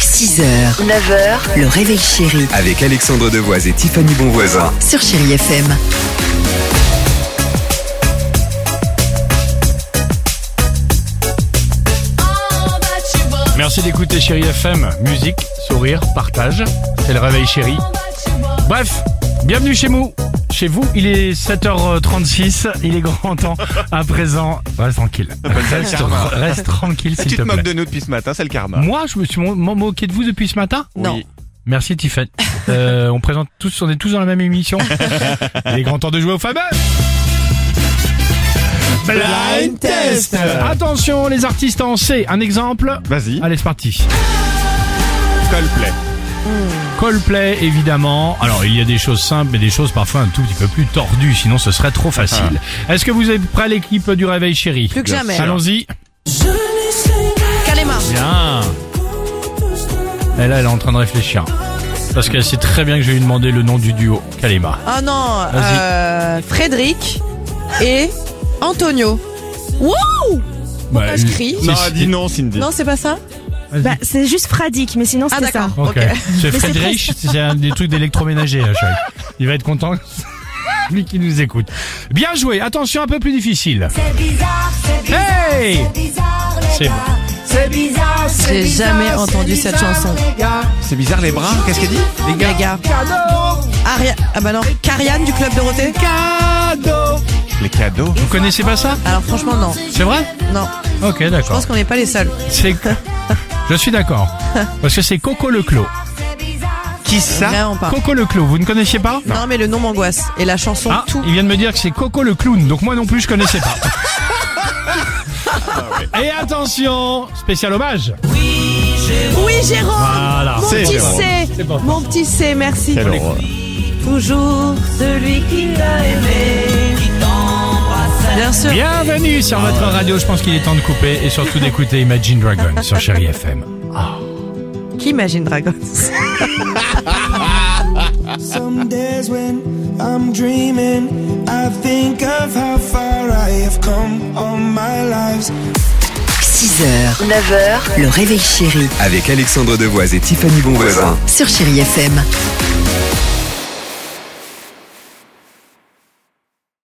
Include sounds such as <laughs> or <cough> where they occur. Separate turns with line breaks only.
6h, 9h, le réveil chéri
Avec Alexandre Devoise et Tiffany Bonvoisin.
sur Chéri FM.
Merci d'écouter Chéri FM. Musique, sourire, partage. C'est le réveil chéri. Bref, bienvenue chez nous. Chez vous, il est 7h36. Il est grand temps à présent. Reste tranquille. Reste,
karma.
reste tranquille, s'il
Tu te
te plaît.
moques de nous depuis ce matin, c'est le karma.
Moi, je me suis mo- m'en moqué de vous depuis ce matin
Non.
Oui.
Merci Tiffany. <laughs> Euh, on présente tous, on est tous dans la
<laughs>
même émission. Il est grand temps de jouer au fameux Blind Test. Attention, les artistes en C. Un exemple.
Vas-y,
Allez, c'est parti.
Coldplay.
Coldplay évidemment. Alors il y a des choses simples mais des choses parfois un tout petit peu plus tordues, sinon ce serait trop facile. Est-ce que vous êtes prêts l'équipe du réveil chéri
Plus que
Ah. Bien
jamais.
sûr.
Allons-y.
Kalema.
Bien. Et là elle est en train de réfléchir. Parce qu'elle sait très bien que je vais lui demander le nom du duo. Kalima.
Oh non,
Vas-y.
euh, Frédéric et Antonio. Wow
Bah,
je crie
c'est-
Non,
c'est-
dis non, Cindy.
Non, c'est pas ça
Bah, c'est juste Fradique, mais sinon
Ah
c'était ça.
d'accord,
Ok.
ok.
C'est
c'est
Frédéric, c'est un des trucs d'électroménager, là, chérie. Il va être content. <laughs> Lui qui nous écoute. Bien joué. Attention, un peu plus difficile.
C'est bizarre, Ah, c'est bizarre,
Hey
c'est bizarre,
C'est
les gars. C'est bizarre, c'est
J'ai
bizarre,
jamais
c'est
entendu cette
bizarre,
chanson.
les gars.
C'est bizarre les bras, qu'est-ce qu'elle dit
Les gars. Aria- Ah bah non, Cariane du Club Dorothée
Les cadeaux.
Vous connaissez pas ça
Alors franchement, non.
C'est vrai
Non,
Ok,
je
d'accord.
pense qu'on n'est pas les seuls.
C'est- Je suis d'accord. Parce que c'est Coco Leclos.
C'est bizarre,
Qui ça
Vraiment pas.
Coco Leclos, vous ne connaissiez pas
Non, mais le nom m'angoisse. Et la chanson,
Ah,
tout.
il vient de me dire que c'est Coco le clown, donc moi non plus je connaissais pas. Et attention, spécial hommage.
Oui, Jérôme
Voilà.
Mon
C'est
petit
Jérôme.
C
C'est pour ça.
Mon petit C, merci.
Quelle horreur.
Toujours celui qui t'a aimé, qui t'embrassait. Bien sûr.
Bienvenue sur votre radio, je pense qu'il est temps de couper et surtout d'écouter Imagine Dragon sur Chéri FM.
Qui imagine Dragons
Some days when I'm dreaming, I think of how far I have come all my lives.
6h, 9h, le réveil chéri
Avec Alexandre Devoise et Tiffany Bonvoisin.
sur Chéri FM.